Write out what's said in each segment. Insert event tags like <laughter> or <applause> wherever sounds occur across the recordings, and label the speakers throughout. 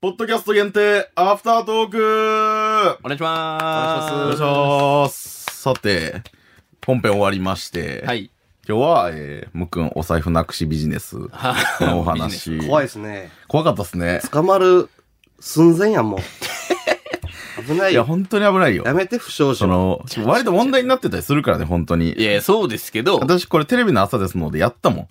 Speaker 1: ポッドキャスト限定、アフタートークお
Speaker 2: お願いします。
Speaker 1: 願いします。さて、本編終わりまして、
Speaker 2: はい。
Speaker 1: 今日は、えー、むっくんお財布なくしビジネス
Speaker 2: <laughs>
Speaker 1: のお話。
Speaker 3: 怖い
Speaker 1: い。
Speaker 3: ですね。
Speaker 1: 怖かったですね。
Speaker 3: 捕まる寸前やん、もう。
Speaker 1: <laughs>
Speaker 3: 危ない
Speaker 1: い
Speaker 3: よ
Speaker 1: や、。本当に危ないよ
Speaker 3: や。めて、不祥事。
Speaker 1: その、割と問題になってたりするからね、本当
Speaker 2: い
Speaker 1: に。
Speaker 2: や、そうですけど、
Speaker 1: 私これテレビの朝ですのでやった
Speaker 2: <laughs>
Speaker 1: もん。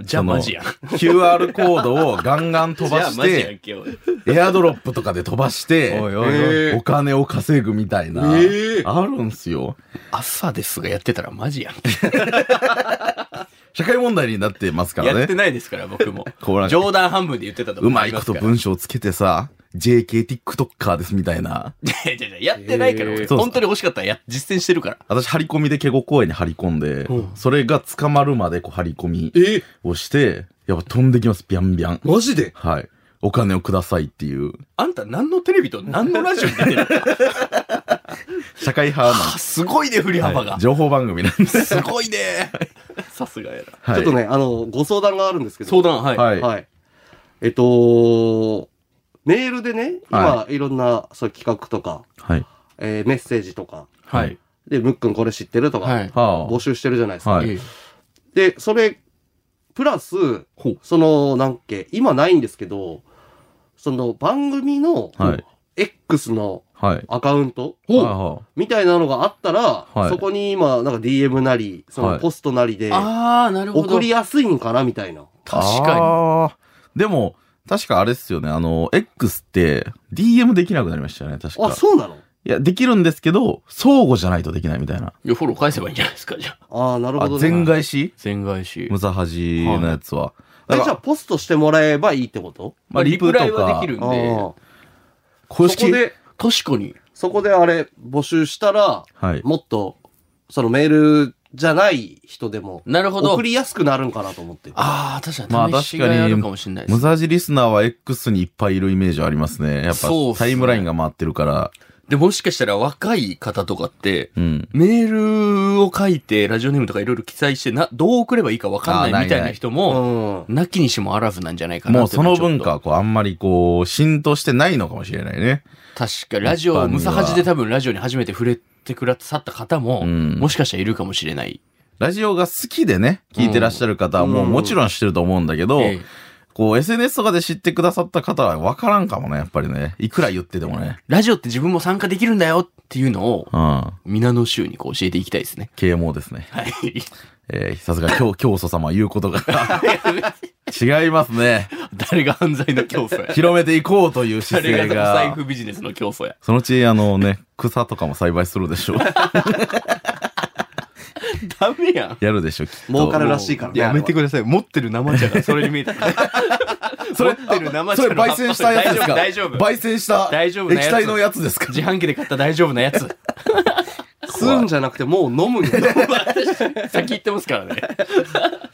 Speaker 2: じゃあマジやん。
Speaker 1: QR コードをガンガン飛
Speaker 2: じゃ
Speaker 1: ば
Speaker 2: あ
Speaker 1: し
Speaker 2: マジやん
Speaker 1: て、
Speaker 2: け、俺。
Speaker 1: エアドロップとかで飛ばして、
Speaker 2: おいお
Speaker 3: いおい
Speaker 1: お金を稼ぐみたいな、
Speaker 3: ええ
Speaker 1: あるんすよ。
Speaker 2: 朝ですがやってたらマジやんけ。
Speaker 1: 社会問題になってますから
Speaker 2: やって
Speaker 1: ね。
Speaker 2: ないですから、僕 <laughs> も
Speaker 1: こうなん。か
Speaker 2: 冗談半分で言ってたと
Speaker 1: う
Speaker 2: 思
Speaker 1: ま
Speaker 2: い
Speaker 1: い
Speaker 2: ま
Speaker 1: こ
Speaker 2: すか
Speaker 1: と
Speaker 2: ら。
Speaker 1: 文章つけてさ、JKTikToker ですみたいな。
Speaker 2: いやいやいや、やってないから、
Speaker 3: え
Speaker 2: 俺
Speaker 3: ー
Speaker 1: そうっすか
Speaker 2: 本当に欲しかったらや実践してるから。
Speaker 1: 私、張り込みでケゴ公園に張り込んで、それが捕まるまでこう張り込み
Speaker 3: え
Speaker 1: をして、やっぱ飛んできます、ビャンビャン。
Speaker 3: マジで
Speaker 1: はい。お金をくださいっていう。
Speaker 2: あんた何のテレビと何のラジオに出てる
Speaker 1: 社会派なん
Speaker 2: あ <laughs> すごいね、振り幅
Speaker 1: は
Speaker 2: が
Speaker 1: い。情報番組なんで。
Speaker 2: すごいね。 <laughs> さすがやな。
Speaker 1: はい
Speaker 3: ちょっとね、あの、ご相談があるんですけど。
Speaker 2: 相談、はい。
Speaker 1: はい。
Speaker 3: はい。えっと、メールでね、今、いろんな、そういう企画とか、
Speaker 1: はい。
Speaker 3: えーメッセージとか、
Speaker 2: はい。
Speaker 3: で、ムックンこれ知ってると
Speaker 2: は
Speaker 3: か、
Speaker 2: い。
Speaker 1: は
Speaker 3: 募集してるじゃないですか。
Speaker 1: はい
Speaker 2: ええ
Speaker 3: で、それ、プラス
Speaker 2: ほう、
Speaker 3: その、なんけ、今ないんですけど、その、番組の
Speaker 1: あ。、はい。
Speaker 3: X の
Speaker 1: はい。
Speaker 3: アカウント、
Speaker 1: ほう。
Speaker 3: みたいなのがあったら、
Speaker 1: はい
Speaker 3: そこに今、なんか DM なり、そ
Speaker 1: は
Speaker 3: の
Speaker 1: い
Speaker 3: ポストなりで、
Speaker 2: あー、なるほど。
Speaker 3: 送りやすいんかな、みたいな。
Speaker 2: 確か
Speaker 1: かに。でも、確かあれっすよね。あの、X って、DM できなくなりましたよね、確
Speaker 3: あ、
Speaker 1: か。
Speaker 3: そうなの
Speaker 1: いや、できるんですけど、相互じゃないとできないみたいな。
Speaker 2: に。いや、フォロー返せばいいんじゃないですか、じゃあ。
Speaker 3: ああ、なる
Speaker 1: あ
Speaker 3: ほど、、ね。
Speaker 1: 全返し
Speaker 2: 全返し
Speaker 1: ム。サハジのやつは。
Speaker 3: え
Speaker 1: だか
Speaker 3: じゃあ、
Speaker 1: ら、
Speaker 3: ポストしてもらえばいいってこと
Speaker 1: まあ、リプと
Speaker 2: リプライは
Speaker 1: か
Speaker 2: でき、るん
Speaker 3: ああ
Speaker 2: で。
Speaker 1: 公
Speaker 3: そこ
Speaker 1: 式。
Speaker 3: で、
Speaker 2: 確かに。
Speaker 3: そこであれ、募集したら、
Speaker 1: はい。
Speaker 3: もっと、そのメールじゃない人でも、
Speaker 2: なるほど
Speaker 3: 送。りやすくなるんかなと思って。
Speaker 2: ああ、確
Speaker 1: ま
Speaker 2: か
Speaker 1: あ
Speaker 2: に。試しがいあ
Speaker 1: 確
Speaker 2: る
Speaker 1: かに
Speaker 2: かもしれないで
Speaker 1: ム
Speaker 2: す。
Speaker 1: サハジリスナーは X にいっぱいいるイメージありますね。やっぱ
Speaker 2: そうっすね
Speaker 1: タイムラインが回ってるから。
Speaker 2: で、もしかしたら若い方とかって、
Speaker 1: うん。
Speaker 2: メールを書いて、ラジオネームとかいろいろ記載して、な、どう送ればいいかわかん
Speaker 1: あー
Speaker 2: ないみた
Speaker 1: ない
Speaker 2: い
Speaker 1: な
Speaker 2: ない人
Speaker 3: う
Speaker 2: も、
Speaker 3: ん。
Speaker 2: なきにしもあらずなんじゃないかな
Speaker 1: もう
Speaker 2: ってい
Speaker 1: そ
Speaker 2: の
Speaker 1: の
Speaker 2: はちょっと
Speaker 1: 文化はこう、あんまりこう、浸透してないのかもしれないね。
Speaker 2: 確か、ラジオ、ムサハジで多分ラジオに初めて触れてくださった方も、
Speaker 1: うん
Speaker 2: もしかしたらいるかもしれない。
Speaker 1: ラジオが好きでね、聞いてらっしゃる方はもう
Speaker 3: うん
Speaker 1: もちろん知ってると思うんだけど、
Speaker 2: ええ
Speaker 1: こう SNS とかで知ってくださった方は分からんかもね、やっぱりね。いくら言っててもね。
Speaker 2: ラジオって自分も参加できるんだよっていうのを、
Speaker 1: うん。
Speaker 2: 皆の衆にこう教えていきたいですね。
Speaker 1: 啓蒙ですね。
Speaker 2: <laughs> はい。
Speaker 1: えー、さすが教、 <laughs> 教祖様言うことが <laughs> 違いますね。
Speaker 2: 誰が犯罪の競争や。
Speaker 1: 広めていこうという姿
Speaker 2: <laughs> 誰
Speaker 1: 勢
Speaker 2: が財
Speaker 1: が
Speaker 2: 布。ビジネスの競争や。
Speaker 1: そのうち、あのね、草とかも栽培するでし
Speaker 2: <laughs>
Speaker 1: ょう。
Speaker 2: ダメやん。
Speaker 1: やるでしょう、きっと。
Speaker 3: 儲かるらしいからね。
Speaker 2: やめてください。持ってる生茶がそれに見 <laughs> えた。
Speaker 1: そ
Speaker 2: 持
Speaker 1: れ
Speaker 2: ってる生茶
Speaker 1: それ焙煎したやつですか
Speaker 2: 大丈夫。
Speaker 1: 焙
Speaker 2: 大丈夫
Speaker 1: 煎した
Speaker 2: 大丈夫なやつ
Speaker 1: 液体のやつですか
Speaker 2: 自販機で買った大丈夫なやつ。
Speaker 3: 吸うんじゃなくて、もう飲むん
Speaker 1: <laughs>
Speaker 3: や。
Speaker 2: <laughs> 先行ってますからね。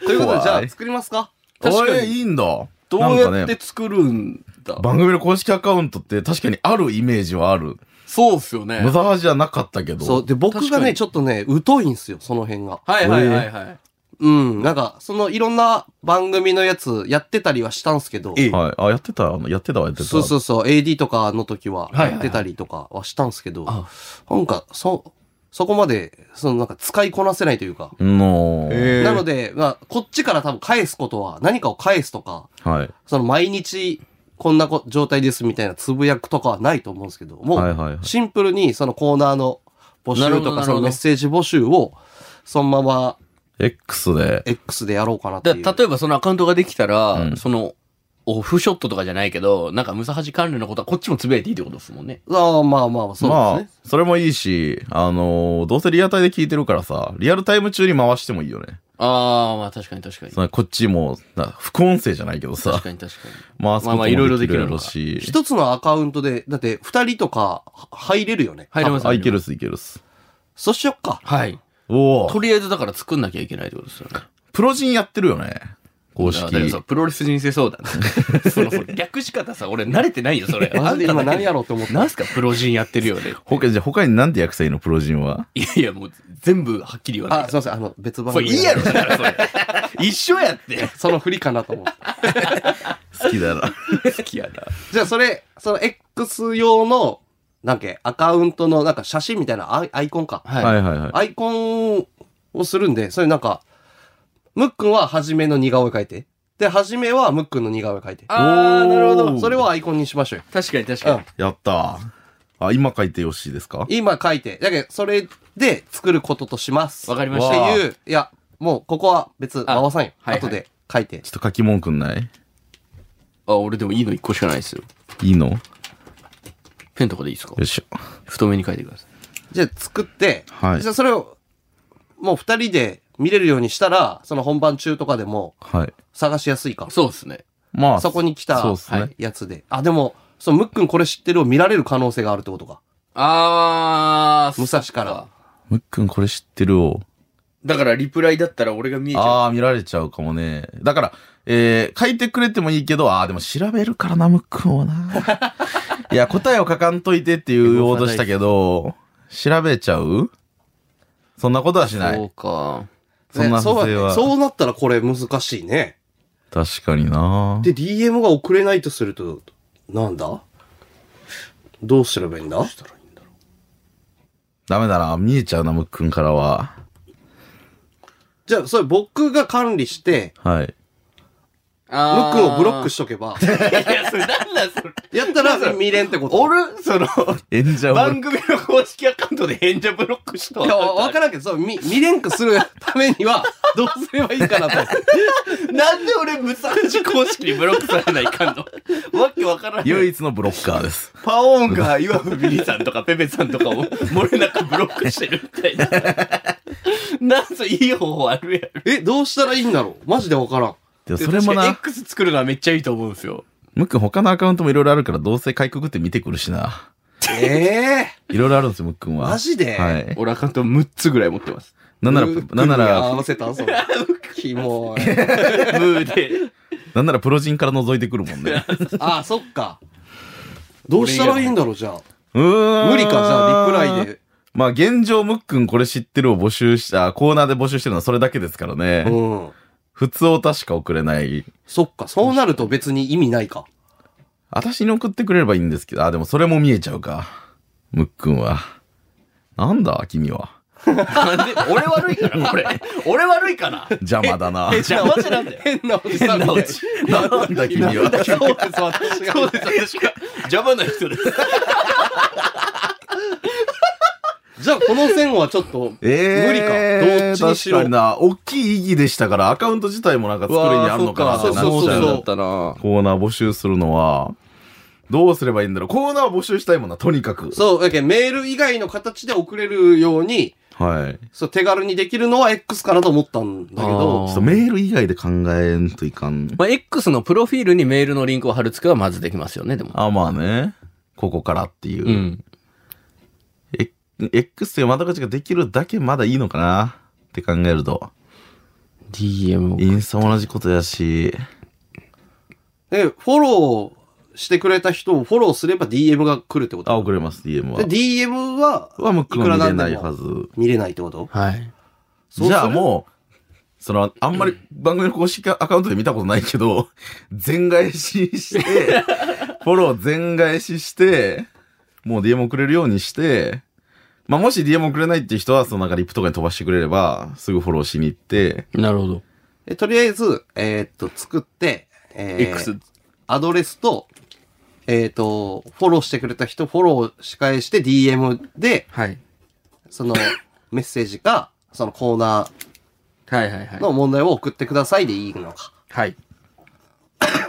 Speaker 3: ということで、じゃ
Speaker 1: 怖
Speaker 3: あ、
Speaker 1: い
Speaker 3: 作りますか
Speaker 2: 確かに
Speaker 1: おいいいんだ。
Speaker 2: ど
Speaker 1: なん
Speaker 2: う
Speaker 1: か
Speaker 2: やっ
Speaker 1: ね
Speaker 2: て作るんだ。
Speaker 1: 番組の公式アカウントって確かにあるイメージはある。
Speaker 2: そうっすよね
Speaker 1: 無。駄じゃなかったけど。
Speaker 3: そう。で、僕
Speaker 2: 確か
Speaker 3: が
Speaker 2: に
Speaker 3: ね、ちょっとね、疎いんすよ、その辺が。
Speaker 2: はいはいはいはい。
Speaker 3: うん。なんか、その、いろんな番組のやつ、やってたりはしたんすけど。
Speaker 2: え
Speaker 1: はい。あ、やってた、あのやってたわ、やってた。
Speaker 3: そうそうそう、AD とかの時は、
Speaker 2: はいはいはい
Speaker 3: やってたりとかはしたんですけど、
Speaker 2: あ
Speaker 3: なんか、そ、そこまで、そのなんか使いこなせないというか、
Speaker 1: のー。
Speaker 3: なので、まあ、こっちから多分返すことは、何かを返すとか、
Speaker 1: はい。
Speaker 3: その毎日、こんなこ状態ですみたいなつぶやくとかはないと思うんですけど、も、
Speaker 1: はいはいはいう
Speaker 3: シンプルにそのコーナーの募
Speaker 2: なる
Speaker 3: 集
Speaker 2: ほど
Speaker 3: と
Speaker 2: なるほ
Speaker 3: か、
Speaker 2: ど
Speaker 3: そのメッセージ募集を、そのまま
Speaker 1: X で。
Speaker 3: X でやろうかなって
Speaker 2: だ
Speaker 3: いう。
Speaker 2: 例えばそのアカウントができたら、
Speaker 1: うん
Speaker 2: その、オフショットとかじゃないけど、なんかムサハジ関連のことはこっちもつぶやいていいってことですもんね。
Speaker 3: ああまあまあ、そう
Speaker 1: ま
Speaker 3: で
Speaker 1: あ、それもいいし、あのーどうせリアタイで聞いてるからさ、リアルタイム中に回してもいいよね。
Speaker 2: ああ、まあ確かに確かに。
Speaker 1: そのこっちも、な副音声じゃないけどさ
Speaker 2: 確、かに確か
Speaker 1: 回
Speaker 2: に。
Speaker 1: すこと
Speaker 2: まあま
Speaker 1: も
Speaker 2: あ
Speaker 1: で
Speaker 2: いろいろ
Speaker 1: きるやろ
Speaker 2: で
Speaker 1: う
Speaker 2: き
Speaker 1: し
Speaker 3: すね。。一つのアカウントで、だって二人とかは入れるよね。
Speaker 2: 入れます
Speaker 1: あ、いけるっす、いけるっす。
Speaker 3: そうしよっか。
Speaker 2: はい。
Speaker 1: お
Speaker 2: と
Speaker 1: お。
Speaker 2: りあえずだから作んなきゃいけないってことですよね。
Speaker 1: プロ人やってるよね。公
Speaker 2: だ
Speaker 1: 式
Speaker 2: か。らさプロレス人生相 <laughs> 談。そのその略し方さ、俺慣れてないよ、それ。
Speaker 3: マジで
Speaker 2: あんた
Speaker 3: 今
Speaker 2: だけ
Speaker 3: 何やろうって思った。
Speaker 2: なんすか、プロ人やってるよね。
Speaker 1: 他、じゃあ他に何て訳せばいいの、プロ人は。
Speaker 2: いやいや、もう全部はっきり言わな
Speaker 3: あ、
Speaker 2: い
Speaker 3: すいません、あの、別番
Speaker 2: それ <laughs>
Speaker 3: 組。
Speaker 2: いいやろ、だからそれ。一緒やって。
Speaker 3: その振りかなと思って。
Speaker 1: 好きだ <laughs> な。
Speaker 2: 好きやな。
Speaker 3: じゃあそれ、その X 用の、なんかアカウントのなんか写真みたいなアイアイコンか。
Speaker 1: は
Speaker 2: はい。
Speaker 1: いはいはい。
Speaker 3: アイコンをするんで、それなんか、ムックンは初めの似顔絵描いて。で、初めはムックンの似顔絵描いて。
Speaker 2: あー、なるほど。
Speaker 3: それをアイコンにしましょうよ。
Speaker 2: 確かに確
Speaker 3: う
Speaker 2: かに
Speaker 3: ん。。
Speaker 1: やったあ、今書いてよしいですか
Speaker 3: 今書いて。だけど、それで作ることとします。
Speaker 2: わかりました
Speaker 3: っていう、いや、もうここは別、
Speaker 2: あ
Speaker 3: 回さんよ。
Speaker 2: はいはい
Speaker 3: 後で書いて
Speaker 1: ち。ょっと書き文くんない
Speaker 2: あ、俺でもいいの一個しかないですよ。
Speaker 1: いいのよ
Speaker 2: ペンとかでいいですか
Speaker 1: いしょ。
Speaker 2: 太めに書いてください。
Speaker 3: じゃあ作って、
Speaker 1: はい
Speaker 3: じゃあそれを、もう二人で見れるようにしたら、その本番中とかでも
Speaker 1: はい。
Speaker 3: 探しやすいか。
Speaker 2: そうですね。
Speaker 1: まあ、
Speaker 3: そこに来た
Speaker 1: そうですね。
Speaker 3: はいやつで。あ、でも、そのムックンこれ知ってるを見られる可能性があるってことか。
Speaker 2: あー、
Speaker 3: 武蔵から。
Speaker 1: むっくんこれ知ってるを。
Speaker 2: だからリプライだったら俺が見えちゃう。
Speaker 1: ああ、見られちゃうかもね。だから、えー、書いてくれてもいいけど、ああ、でも調べるからな、むっくんをな。いや、答えを書かんといてっていうオードしたけど、調べちゃうそんなことはしな
Speaker 2: そ。
Speaker 1: いう
Speaker 2: か。
Speaker 1: そんな不正は
Speaker 3: ねそうそうなったらこれ難しいね。
Speaker 1: 確かにな
Speaker 3: で、DM が送れないとすると、なんだどうすればいいんだ
Speaker 1: ダメだな、見えちゃうな、むっくんからは。
Speaker 3: じゃあ、それ僕が管理して、
Speaker 1: はい。
Speaker 3: ム
Speaker 2: あ
Speaker 3: ックンをブロック
Speaker 2: し
Speaker 3: しとけ <laughs> ば、
Speaker 2: いや、それなんだそれ。
Speaker 3: やったら見れんってこと。
Speaker 2: おるその、
Speaker 1: 演者を。
Speaker 2: 番組の公式アカウントで変者ブロックした
Speaker 3: いや、わわからんけど、そう、見、見れんくするために <laughs> は、どうすればいいかなと。
Speaker 2: なんで俺、ムサハジ公式にブロックされないかんのわけわからん。
Speaker 1: 唯一のブロッカーです。
Speaker 2: パオーンが岩踏みりさんとかペペさんとかを漏れなくブロックしてるみたいな。なんせいい方法あるやろ。
Speaker 3: <laughs> え、どうしたらいいんだろうマジでわからん。
Speaker 1: でもそれも
Speaker 2: 確かに
Speaker 1: な、
Speaker 2: X 作るのはめっちゃいいと思うんですよ。
Speaker 1: むっくん他のアカウントもいろいろあるから、どうせかいくぐって見てくるしな。
Speaker 3: ええ
Speaker 1: いろいろあるんですよ、むっくんは。
Speaker 3: マジで
Speaker 1: はい。
Speaker 2: 俺アカウント6つぐらい持ってます。
Speaker 1: なんなら、なんな
Speaker 3: 合
Speaker 1: ら、
Speaker 3: わせたそう。キモい。
Speaker 2: ムーで。
Speaker 1: なんならプロ人から覗いてくるもんね。
Speaker 3: <laughs> ああ、そっか。どうしたらいいんだろう、じゃ
Speaker 1: うー
Speaker 3: あ。
Speaker 1: ん
Speaker 3: 無理か、じゃあ、リプライ。で。
Speaker 1: まあ、現状、むっくんこれ知ってるを募集した、コーナーで募集してるのはそれだけですからね。
Speaker 3: うん。
Speaker 1: 普通を確か送れない。
Speaker 3: そっか、そうなると別に意味ないか。
Speaker 1: 私に送ってくれればいいんですけど、あ、でもそれも見えちゃうか。むっくんは。なんだ、君は。
Speaker 2: なんで俺悪いから、俺。俺悪いから。
Speaker 1: 邪魔だな。
Speaker 2: 邪魔じゃなんだよ。
Speaker 3: <laughs> 変なおじさん
Speaker 2: な
Speaker 3: だ
Speaker 2: お
Speaker 3: ね
Speaker 2: じ。
Speaker 1: なんだ、君は。
Speaker 3: そうです、私が。
Speaker 2: そうです、私が。邪魔な人です。
Speaker 3: じゃあ、この線はちょっと、無理か。どっちにしろ。
Speaker 1: 確かにな。大きい意義でしたから、アカウント自体もなんか作りにあるのかなって
Speaker 3: そうかそうそうそう
Speaker 1: なっちゃ
Speaker 2: たな
Speaker 1: コーナー募集するのは、どうすればいいんだろう。コーナー募集したいもんな、とにかく。
Speaker 3: そう、だけどメール以外の形で送れるように、
Speaker 1: はい。
Speaker 3: そう、手軽にできるのは X かなと思ったんだけ
Speaker 1: ち
Speaker 3: ど、
Speaker 1: ょっとメール以外で考えんといかん。
Speaker 2: まあ、X のプロフィールにメールのリンクを貼るつけはまずできますよね、でも。
Speaker 1: あ、まあね。ここからっていう。
Speaker 2: うん。
Speaker 1: え X という窓口ができるだけまだいいのかなって考えると。
Speaker 2: DM を
Speaker 1: インスタも同じことやし。
Speaker 3: で、フォローしてくれた人をフォローすれば DM が来るってこと
Speaker 1: あ、送れます、DM は
Speaker 3: で、。DM は、
Speaker 1: は、むっくんはい見
Speaker 3: くら
Speaker 1: れ
Speaker 3: んで
Speaker 1: な
Speaker 3: も
Speaker 1: いはず。
Speaker 3: 見れないってこと
Speaker 2: はい。
Speaker 3: そう
Speaker 1: じゃあ
Speaker 3: する
Speaker 1: もう、その、あんまり番組の公式アカウントで見たことないけど、 <laughs> 全返し
Speaker 3: <laughs>
Speaker 1: して、フォロー全返しして、もう DM 送れるようにして、まあ、もし DM 送れないっていう人は、そのなんかリップとかに飛ばしてくれれば、すぐフォローしに行って、
Speaker 2: なるほど。
Speaker 3: えとりあえず、えーっと、作って、えー
Speaker 2: X。
Speaker 3: アドレスと、えーっと、フォローしてくれた人、フォローし返して DM で、
Speaker 2: はい。
Speaker 3: その、メッセージか、そのコーナ
Speaker 2: はいはいは
Speaker 3: ーの問題を送ってくださいでいいのか。
Speaker 2: はい。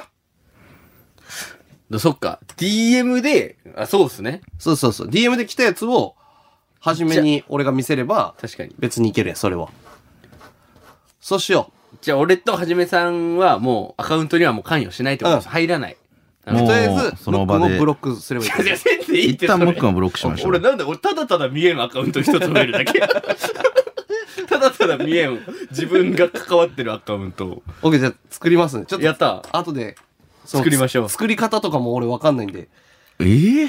Speaker 2: <coughs> そっか。DM で、あ、そうですね。
Speaker 3: そうそうそう。DM で来たやつを、初めに俺が見せれば、
Speaker 2: 確かに。
Speaker 3: 別にいけるやん、それは。そうしよ
Speaker 2: じゃあ、俺とはじめさんはもうアカウントにはもう関与しないってことです。
Speaker 3: う
Speaker 2: 入らない。
Speaker 3: う。
Speaker 1: も
Speaker 3: と
Speaker 1: う
Speaker 3: りあえず、
Speaker 1: その
Speaker 3: ムッ
Speaker 1: 場で
Speaker 3: クンをブロックすればいい。
Speaker 2: いや、せんでいいっ
Speaker 1: 一
Speaker 2: て
Speaker 1: 旦
Speaker 2: それ
Speaker 1: ムックンはブロックしましょ
Speaker 2: 俺
Speaker 1: う。
Speaker 2: なんで俺ただただ見えんアカウント一つ増えるだけただただ見えん自分が関わってるアカウントを
Speaker 3: OK、じゃあ作りますね。ちょっ
Speaker 2: やっ
Speaker 3: と、
Speaker 2: た
Speaker 3: 後で、その
Speaker 2: 作りましょう
Speaker 3: 作り方とかも俺わかんないんで。
Speaker 1: えー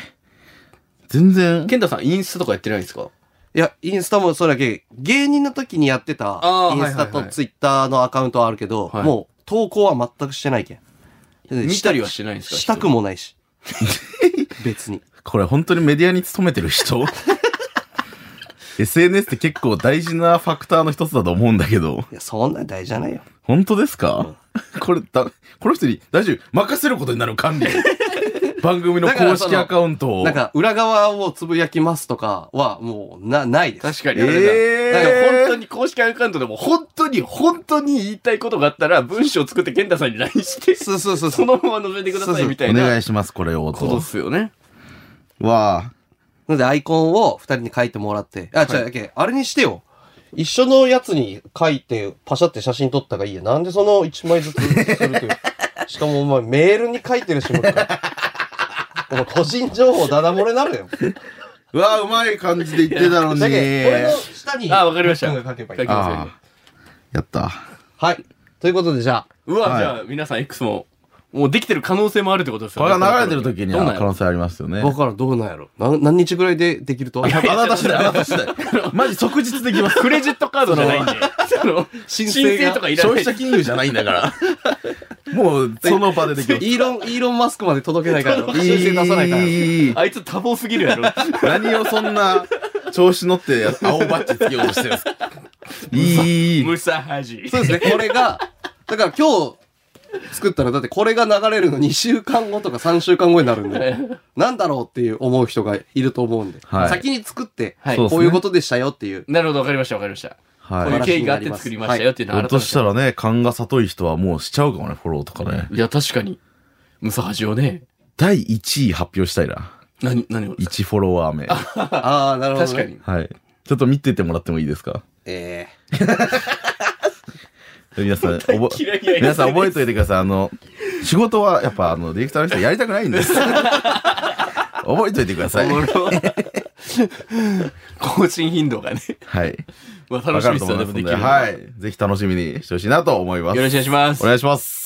Speaker 1: 全然、
Speaker 2: 健太さんインスタとかやってないんですか
Speaker 3: いや、インスタもそれだけ、芸人の時にやってた
Speaker 2: あ、ー
Speaker 3: イン
Speaker 2: は
Speaker 3: スタ
Speaker 2: いはい
Speaker 3: と
Speaker 2: はい
Speaker 3: ツイッターのアカウントはあるけど、
Speaker 2: はい
Speaker 3: もう、投稿は全くしてないけん。
Speaker 2: 見たりはしないんですか
Speaker 3: したくもないし。別に。
Speaker 1: これ本当にメディアに勤めてる
Speaker 3: <laughs>
Speaker 1: 人 ?SNS って結構大事なファクターの一つだと思うんだけど。
Speaker 3: いや、そんな大事じゃないよ。
Speaker 1: 本当ですか、これだ、この人に大丈夫任せることになる管理を。番組の
Speaker 3: だから
Speaker 1: 公
Speaker 3: その
Speaker 1: 式アカウントを。
Speaker 3: なんか、裏側をつぶやきますとかは、もう、な、ないで
Speaker 2: 確
Speaker 3: す。
Speaker 2: かにあれだ。
Speaker 1: え
Speaker 2: なんか本当
Speaker 1: ー、
Speaker 2: に公式アカウントでも本当に本当に言いたいことがあったら文章を作って健太さんに LINE <laughs> して、
Speaker 3: そうそうそうそ。
Speaker 2: そうのまま載せてくださいみたい
Speaker 1: お願
Speaker 2: ない
Speaker 1: します、これを
Speaker 2: こと
Speaker 1: と
Speaker 2: っ。すよね。
Speaker 1: わあ。
Speaker 3: なので、アイコンを二人に書いてもらって。あ、違う、けあれにしてよ。一緒のやつに書いて、パシャって写真撮ったがいいよ。なんでその一枚ずつするという。しかもお前、メールに書いてるし、もう一回お前個人情報ダダ漏れなるよ。
Speaker 1: うわあ、うまい感じで言ってたのに。
Speaker 3: だけど俺の下に。
Speaker 2: あわかりました
Speaker 3: ムックが書けばいい
Speaker 2: 書きますよね
Speaker 1: ああ。やった。
Speaker 3: はい。ということで、じゃあ、
Speaker 2: うわ、
Speaker 1: はい
Speaker 2: じゃあ皆さん X も、もうできてる可能性もあるってことですよ
Speaker 1: これが流れてる時に
Speaker 2: どん
Speaker 1: は
Speaker 2: な
Speaker 1: 可能性ありますよね。
Speaker 3: 僕からんどうなんやろな何日ぐらいでできると
Speaker 1: あなた次第、あなた次第。マジ即日できます。
Speaker 2: クレジットカードじゃないんで、その、
Speaker 3: 申
Speaker 2: 申
Speaker 3: 請が
Speaker 2: 請とかいら
Speaker 1: 消
Speaker 2: ない
Speaker 1: 費。者金融じゃないんだから。もう、その場でできます。
Speaker 3: イーロン、イーロンマスクまで届けないから、申請出さないから。
Speaker 1: いい
Speaker 2: あいつ多忙すぎるやろ。
Speaker 1: <laughs> 何をそんな調子乗って
Speaker 2: <laughs>
Speaker 1: 青バッジつけようとしてるんですか。 <laughs> いい。
Speaker 2: ムサハジ。
Speaker 3: そうですね、これが、だから今日作ったら、だってこれが流れるの2週間後とか3週間後になるんで、なんだろうっていう思う人がいると思うんで、
Speaker 1: はい
Speaker 3: 先に作って、
Speaker 2: はい
Speaker 1: そうですね
Speaker 3: こういうことでしたよっていう。
Speaker 2: なるほど、わかりました、わかりました。こうい
Speaker 1: は
Speaker 2: う
Speaker 1: い。
Speaker 2: 経緯があって作りましたよっていうのは
Speaker 1: ほんとした
Speaker 2: ら。
Speaker 1: らね、勘が里い人はもうしちゃうかもね、フォローとかね。
Speaker 2: いや、確かに。ムサハジをね、
Speaker 1: 第1位発表したいな。
Speaker 2: 何、何を。
Speaker 1: 1フォロワー目。は
Speaker 3: ああ、なるほど、ね。
Speaker 2: 確か。に。
Speaker 1: い。ちょっと見ててもらってもいいですか
Speaker 3: え
Speaker 1: 皆
Speaker 2: <laughs>
Speaker 1: さん、おぼ
Speaker 2: 嫌いや
Speaker 1: 皆さん覚えておいてください。あの、仕事はやっぱあの、ディレクターの人やりたくないん
Speaker 2: <laughs>
Speaker 1: です。覚えておいてください。
Speaker 2: 更新頻度がね、
Speaker 1: はい。
Speaker 2: まあ
Speaker 1: わ
Speaker 2: 楽し
Speaker 1: か
Speaker 2: み
Speaker 1: ると
Speaker 2: です
Speaker 1: 思い
Speaker 2: よ
Speaker 1: まので、
Speaker 2: ね、ですきるのは
Speaker 1: はい。ぜひ楽しみにしてほしいなと思います。
Speaker 2: よろしくお願いします
Speaker 1: お。願いします。